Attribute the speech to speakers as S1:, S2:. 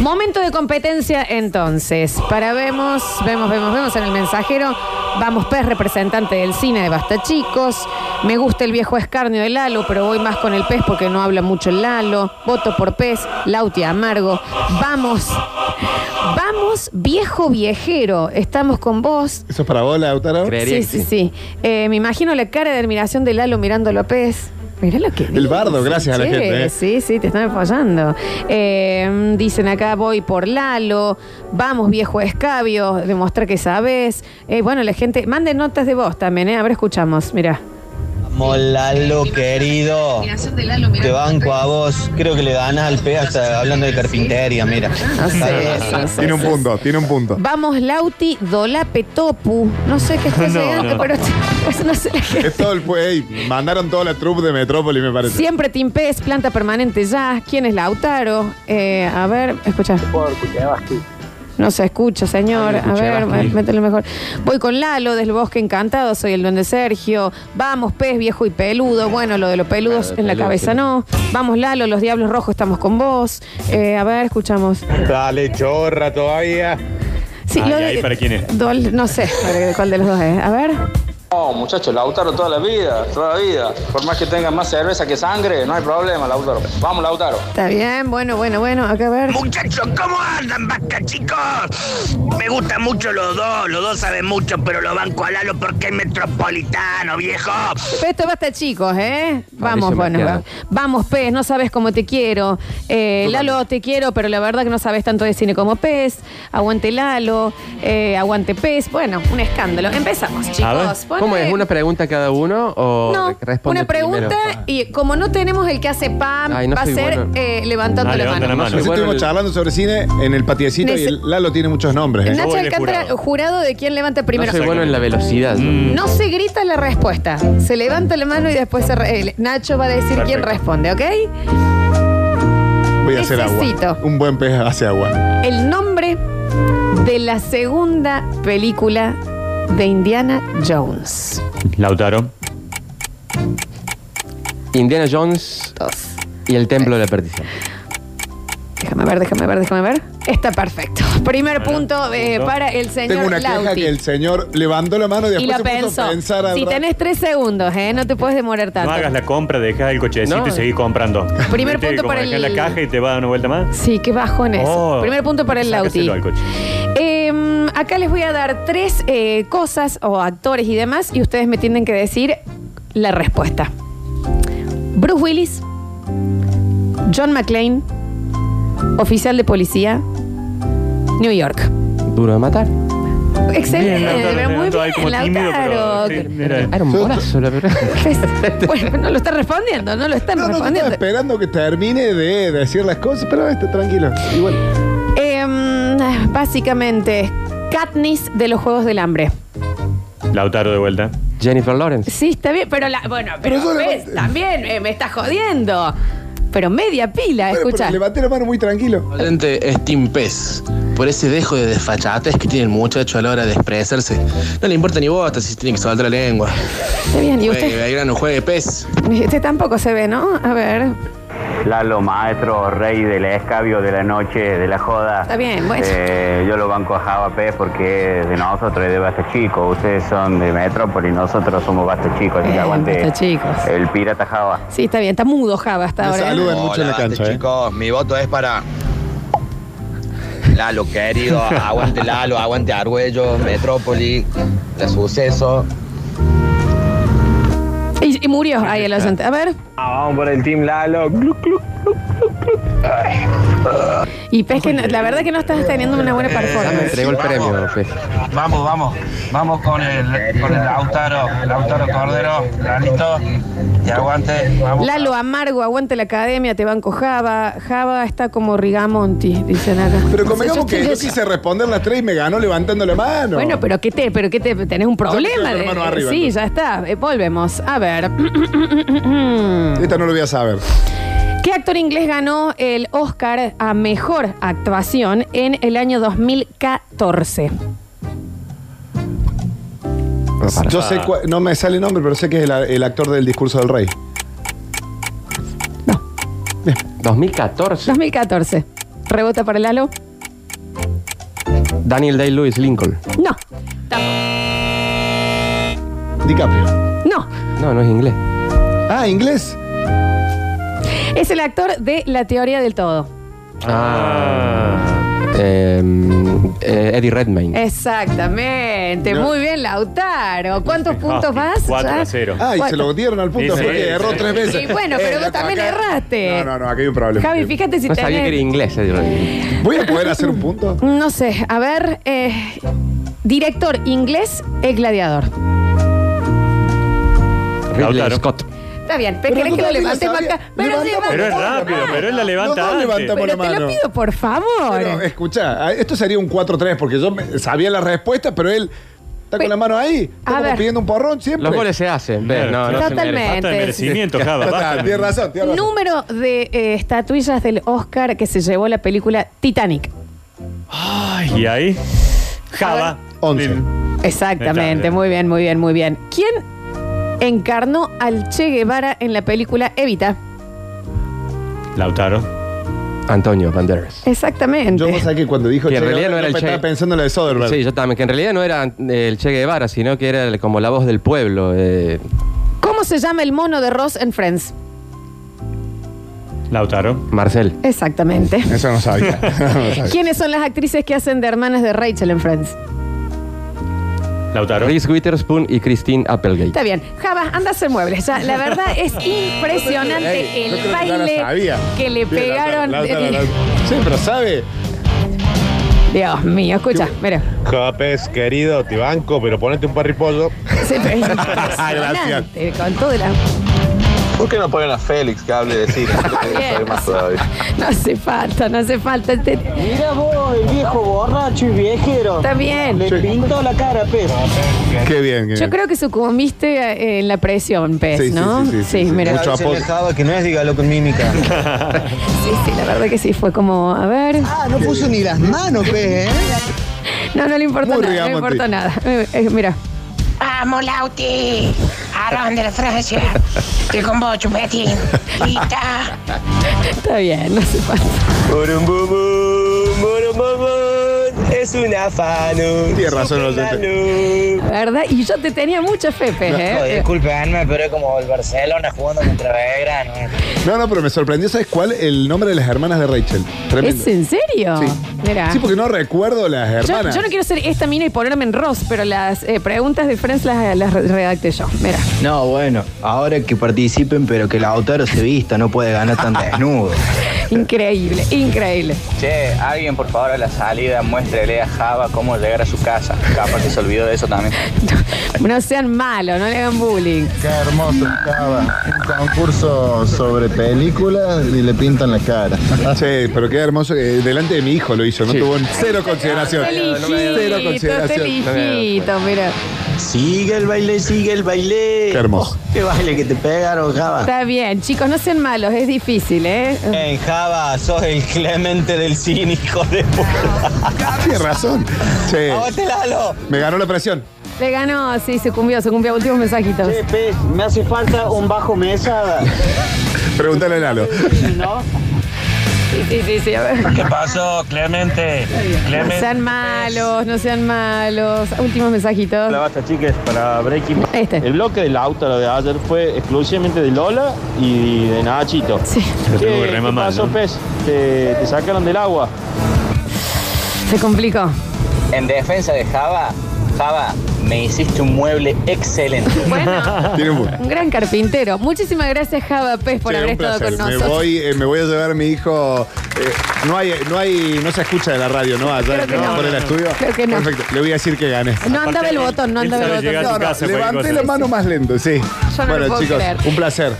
S1: Momento de competencia entonces. Para vemos, vemos, vemos, vemos en el mensajero. Vamos Pez, representante del cine de Basta Chicos. Me gusta el viejo escarnio de Lalo, pero voy más con el pez porque no habla mucho el Lalo. Voto por pez, Lauti Amargo. Vamos, vamos, viejo viejero. Estamos con vos.
S2: ¿Eso es para vos, Lautaro?
S1: Sí,
S3: Creería que
S1: sí, sí. Eh, me imagino la cara de admiración de Lalo mirando a López. Mirá lo que dice,
S2: bardo, gracias a la
S1: che.
S2: gente, eh.
S1: Sí, sí, te están apoyando. Eh, dicen acá, voy por Lalo, vamos viejo escabio, demostrar que sabes. Eh, bueno, la gente, manden notas de voz también, ¿eh? A ver, escuchamos, mirá.
S4: Molalo, querido. Te banco a vos. Creo que le ganas al pe hasta hablando de carpintería, mira.
S1: No sé, no sé,
S2: Tiene un
S1: no sé.
S2: punto, tiene un punto.
S1: Vamos, Lauti, Dolape Topu. No sé qué está
S3: No,
S1: llegando,
S3: no.
S1: pero no sé la gente.
S2: Es todo el pue- ey, mandaron toda la troupe de Metrópolis, me parece.
S1: Siempre Team Pez, planta permanente ya. ¿Quién es Lautaro? Eh, a ver, escucha. No se escucha, señor.
S3: Ay,
S1: A
S3: escuché,
S1: ver,
S3: Basti.
S1: métele mejor. Voy con Lalo del Bosque Encantado, soy el duende Sergio. Vamos, pez viejo y peludo. Bueno, lo de los peludos
S3: Claro,
S1: en la
S3: peludo,
S1: cabeza
S3: sí.
S1: no. Vamos, Lalo, los Diablos Rojos estamos con vos. Eh, a ver, escuchamos.
S5: Dale, chorra todavía.
S1: Sí,
S3: Ay,
S1: lo
S3: ay, ¿para quién era?
S1: Dol- no sé para- cuál de los dos es. A ver.
S6: No, muchachos, Lautaro toda la vida, toda la vida. Por más que tengan más cerveza que sangre, no hay problema, Lautaro. Vamos, Lautaro.
S1: Está bien, bueno, bueno, bueno. Acá a ver.
S7: Muchachos, ¿cómo andan, vaca, chicos? Me gustan mucho los dos, los dos saben mucho, pero lo banco a Lalo porque es metropolitano, viejo.
S1: Pero Esto basta, chicos, ¿eh? Vamos, bueno.
S3: Maquiada.
S1: va- Vamos, pez, no sabes cómo te quiero. Eh, Lalo, te quiero, pero la verdad que no sabes tanto de cine como pez. Aguante Lalo, eh, aguante pez. Bueno, un escándalo. Empezamos, chicos.
S3: A ver, ¿Cómo
S1: Ponle-
S3: es? ¿Una pregunta cada uno o
S1: No,
S3: responde
S1: una pregunta
S3: primero?
S1: y como no tenemos el que hace PAM,
S3: Ay, no
S1: va a
S3: soy
S1: ser
S3: bueno.
S1: eh, levantando
S8: Ah,
S1: la
S8: levanta
S1: mano.
S8: la mano.
S2: Nosotros
S3: bueno,
S2: estuvimos
S3: el-
S2: charlando sobre cine en el patiecito
S1: Nece-
S2: y el Lalo tiene muchos nombres. ¿eh?
S1: Nacho
S8: Yo voy de
S1: Alcántara, jurado.
S8: jurado.
S1: de quién levanta primero.
S3: no soy bueno en la velocidad.
S9: Mm.
S3: ¿no?
S1: No se grita la respuesta. Se levanta la mano y después se re- el- Nacho va a decir quién
S8: Perfecto.
S1: responde, ¿ok?
S2: Voy a hacer agua.
S1: necesito.
S2: Un buen pez hace agua.
S1: El nombre de la segunda película de Indiana Jones.
S8: Lautaro.
S3: Indiana Jones
S1: Dos.
S3: y el Templo de la Perdición.
S1: Déjame ver, déjame ver, déjame ver. Está perfecto. Primer
S8: Bueno,
S1: punto eh,
S8: punto.
S1: para el señor
S2: Tengo una queja
S1: Lauti.
S2: que el señor levantó la mano y
S1: y
S2: después
S1: lo
S2: se puso
S1: pensó.
S2: a pensar al
S1: Si
S2: rato.
S1: tenés tres segundos, ¿eh? no te puedes demorar
S8: No hagas
S1: tanto.
S8: la compra, deja el cochecito
S3: No.
S8: y seguí comprando.
S1: Primer
S8: ¿Viste
S1: punto
S8: cómo
S1: para
S8: dejás
S1: el-
S8: la caja y te va a dar una vuelta más.
S1: Sí, qué bajo en eso.
S8: Oh,
S1: Primer punto para el Lauti.
S8: sácaselo al coche.
S1: Eh, acá les voy a dar tres eh, cosas o actores y demás y ustedes me tienen que decir la respuesta. Bruce Willis, John McClane, oficial de policía, New York.
S3: Duro de matar.
S1: Excelente,
S8: Bien, Lautaro,
S1: pero muy
S8: Lautaro, ahí
S1: bien,
S8: como tímido,
S1: Lautaro.
S8: pero sí, mira.
S3: Era un
S2: Yo-
S3: bolazo, la verdad.
S1: Bueno, no lo está respondiendo, no lo están
S2: No, no, yo estaba
S1: respondiendo.
S2: esperando que termine de decir las cosas, pero está tranquilo.
S1: Ah,
S2: Igual.
S1: Em, básicamente, Katniss de los Juegos del Hambre.
S8: Lautaro de vuelta.
S3: Jennifer Lawrence.
S1: Sí, está bien, pero la, bueno, pero,
S2: eso
S1: ves,
S2: levanta-
S1: también eh, me está jodiendo. Pero media pila,
S2: Bueno,
S1: escucha.
S2: pero levanté la mano muy tranquilo.
S10: Oyente es Tim Pez. Por ese dejo de desfachatez que tiene el muchacho a la hora de expresarse. No le importa ni bosta si tiene que soltar la lengua.
S1: Está bien, y
S10: Juegue,
S1: usted, eh,
S10: Belgrano, juegue pez.
S1: usted tampoco se ve, ¿no? A ver.
S9: Lalo Maestro, rey del escabio de la noche, de la joda.
S1: Está bien, bueno.
S9: Eh, yo lo banco a Java P porque es de nosotros, es de Basta Chico. Ustedes son de Metrópolis, nosotros somos Basta Chico. Así que
S1: Eh,
S9: aguante
S1: Basta Chicos.
S9: el pirata Java.
S1: Sí, está bien, está mudo Java hasta
S2: Me
S1: ahora. ¿eh?
S2: saluda. Juegan mucho en la
S4: Hola,
S2: cancha, ¿eh?
S4: chicos. Mi voto es para. Lalo, querido. Aguante Lalo, aguante Arguello, Metrópoli, la suceso.
S1: Y, y murió ahí el oyente. A ver.
S5: Ah, vamos por el Team Lalo.
S1: Y Pez, que no- la verdad que no estás teniendo una buena
S3: Me
S1: performance.
S3: entregó el premio, Pez.
S7: Vamos, vamos, vamos con el, con el Lautaro, Lautaro Cordero, Lalito, y aguante, vamos.
S1: Lalo Amargo, aguante la academia, te banco Java. Java está como Rigamonti, dicen acá. No
S2: Pero
S1: sé,
S2: convengamos
S1: yo
S2: que yo
S1: estoy-
S2: quise responder las tres y me ganó levantando la mano.
S1: Bueno, pero ¿qué te, pero qué te, tenés un problema?
S2: tengo la mano arriba,
S1: sí,
S2: entonces.
S1: ya está. Eh, volvemos. A ver.
S2: Esta no lo voy a saber.
S1: ¿Qué actor inglés ganó el Oscar a mejor actuación en el año 2014?
S2: Yo sé, cua- no me sale el nombre, pero sé que es el, el actor del discurso del rey.
S3: 2014.
S1: 2014. ¿Rebota para Lalo?
S3: Daniel Day-Lewis Lincoln.
S1: No. Tampoco.
S2: DiCaprio.
S1: No.
S3: No, no es inglés.
S2: Ah, inglés.
S1: Es el actor de La teoría del todo.
S8: Ah.
S3: Eh, eh, Eddie Redmayne.
S1: Exactamente.
S2: No.
S1: Muy bien, Lautaro. ¿Cuántos puntos vas?
S8: 4
S1: Ya.
S8: a 0.
S2: Ay,
S1: Bueno.
S2: se lo dieron al punto
S8: Sí,
S2: porque
S8: sí,
S2: erró
S8: sí.
S2: tres veces.
S1: Y bueno, pero
S2: Eh,
S1: vos también
S2: acá-
S1: erraste.
S2: No, no, no, aquí hay un problema.
S1: Javi, fíjate si
S3: No sabía que era
S1: tenés...
S3: inglés Eddie Redmayne.
S2: ¿Voy a poder hacer un punto?
S1: No sé. A ver, eh, director inglés es gladiador.
S3: Ridley
S8: Lautaro.
S3: Scott.
S1: Está bien. ¿Pero ¿Querés que lo
S2: todavía
S1: levantemos
S2: sabía.
S1: acá? Pero,
S2: Levantamos
S1: levanta-
S8: Pero es
S2: la mano.
S8: rápido, pero él la levanta
S2: Los dos
S8: antes.
S2: levantamos
S1: Pero
S2: la
S1: te lo
S2: mano.
S1: pido, por favor.
S2: Pero, escuchá, esto sería un 4-3 porque yo me- sabía la respuesta, pero él está
S1: Pe-
S2: con la mano ahí. Está
S1: A
S2: como
S1: ver.
S2: pidiendo un porrón siempre.
S3: Los goles se hacen. ven, No, no se
S1: Totalmente.
S3: merecen.
S8: Basta de merecimiento, Java.
S2: Ya está,
S8: basta.
S2: tienes razón, tienes razón.
S1: Número de eh, estatuillas del Oscar que se llevó la película Titanic.
S8: Ay, y ahí. Java.
S2: Once.
S8: Lin-
S1: Exactamente,
S8: Exacto.
S1: muy bien, muy bien, muy bien. ¿Quién encarnó al Che Guevara en la película Evita?
S8: Lautaro.
S3: Antonio Banderas.
S1: Exactamente.
S2: Yo vos sabés que cuando dijo
S3: Que en
S2: Che
S3: realidad
S2: Guevara,
S3: no era
S2: yo
S3: el
S2: Estaba
S3: Che.
S2: pensando en la de Soderbergh.
S3: Sí, yo también. Que en realidad no era eh, el Che Guevara, sino que era el- como la voz del pueblo. eh,
S1: ¿Cómo se llama el mono de Ross en Friends?
S8: Lautaro.
S3: Marcel.
S1: Exactamente.
S2: Eso no sabía. No sabía.
S1: ¿Quiénes son las actrices que hacen de hermanas de Rachel en Friends?
S8: Lautaro.
S3: Reese Witherspoon y Christine Applegate.
S1: Está bien. Java, anda a hacer muebles. Ya, la verdad es
S2: Ey,
S1: impresionante
S2: yo creo
S1: el
S2: que ya la
S1: baile
S2: sabía.
S1: que le
S2: Bien, Lautaro,
S1: pegaron.
S2: Lautaro, Lautaro. Sí, pero sabe.
S1: Dios mío, escucha, mira.
S5: Capes, querido, te banco, pero ponete un parripollo.
S1: Sí, pero es impresionante, con todo el amor.
S4: ¿Por qué no ponen a Félix que hable de cine? Creo que
S1: Bien.
S4: sabe más todavía.
S1: No hace falta, no hace falta. Te-
S7: Mira vos, el viejo borracho y viejero.
S1: Está bien.
S7: pintó la cara, pez.
S2: Qué bien. qué
S1: Yo
S2: bien.
S1: creo que sucumbiste eh, en la presión, pez,
S2: Sí, sí,
S1: ¿no?
S2: sí, sí, sí, sí.
S1: mira.
S2: Mucho
S4: Mucho
S2: apoyo.
S4: Java que no es dígalo con mímica.
S1: Sí, sí, la verdad que sí, fue como, a ver.
S7: Ah, no puso ni las manos, pez, ¿eh?
S1: No, no le importó nada, no
S2: Muy
S1: le
S2: rigamante.
S1: importó nada. Eh, eh, mira.
S11: Vamos, Lauti. Aaron de la Francia. Estoy con vos, chupetín. Y ta.
S1: Está bien, no hace falta.
S7: es una fanu.
S2: Tiene razón el
S7: oyente.
S1: La verdad, y yo te tenía mucha fe, pez, ¿eh?
S4: Disculpenme, pero es como el Barcelona jugando contra Belgrano. eh.
S2: No, no, pero me sorprendió, ¿sabes cuál? El nombre de las hermanas de Rachel. Tremendo.
S1: ¿Es en serio?
S2: Sí.
S1: Mira.
S2: Sí, porque no recuerdo las
S1: yo,
S2: hermanas.
S1: yo no quiero ser esta mina y ponerme en Ross, pero las eh, preguntas de Friends las, las redacté yo. Mira.
S4: No, bueno, ahora que participen, pero que Lautaro se vista, no puede ganar tan desnudo.
S1: Increíble, increíble.
S4: Che, alguien por favor a la salida muéstrele a Java cómo llegar a su casa. Capaz que se olvidó de eso también.
S1: No sean malos, no le hagan bullying.
S5: Qué hermoso estaba. Un concurso sobre películas y le pintan la cara.
S2: Sí, pero qué hermoso. eh, delante de mi hijo lo hizo, no
S3: Sí.
S2: tuvo cero consideración. Cero
S1: Felicito,
S2: consideración.
S1: felicito, mira.
S4: Sigue el baile, sigue el baile. Oh,
S2: Qué hermoso.
S4: Qué baile que te pegaron, Java.
S1: Está bien, chicos, no sean malos, es difícil, ¿eh?
S4: En Java, sos el Clemente del cine, hijo de puta.
S2: Tienes Ah, razón. Sí.
S4: ¡Aguante, Lalo!
S2: Me ganó la presión.
S1: Le ganó, sí, se cumplió, se cumplió. Últimos mensajitos.
S7: pez, me hace falta un bajo mesa,
S2: Pregúntale a Lalo.
S7: ¿no?
S1: Sí, sí, sí, sí, a ver.
S7: ¿Qué pasó, Clemente?
S1: No sean malos, no sean malos. Últimos mensajitos.
S5: La basta, chicas, para Breaking Bad.
S1: Este.
S5: El bloque del auto lo de ayer fue exclusivamente de Lola y de Nachito.
S1: Sí,
S8: Lo tengo
S5: Che,
S8: que
S5: ¿Qué
S8: remamar,
S5: pasó,
S8: ¿no?
S5: Pez? Te, te sacaron del agua.
S1: se complicó.
S4: En defensa de Java, Java, me hiciste un mueble excelente.
S1: Bueno,
S2: Tiene un punto.
S1: un gran carpintero. Muchísimas gracias, Java Pez, por
S2: Che,
S1: haber
S2: un
S1: estado
S2: placer.
S1: con nosotros.
S2: Me voy, eh, me voy a llevar a mi hijo. eh, no hay, no hay, no se escucha de la radio, ¿no? Allá
S1: Creo que no.
S2: por el estudio.
S1: Creo que no.
S2: Perfecto. Le voy a decir que gané.
S1: No andaba el
S8: Aparte,
S1: botón, no
S8: él
S1: andaba el
S8: sabe
S1: botón.
S8: llegar a
S1: No,
S8: su
S1: no.
S8: casa. hace cualquier
S2: Levanté
S8: cosa.
S2: la mano más lento, sí.
S1: Yo no lo
S2: bueno,
S1: puedo
S2: chicos,
S1: creer.
S2: un placer.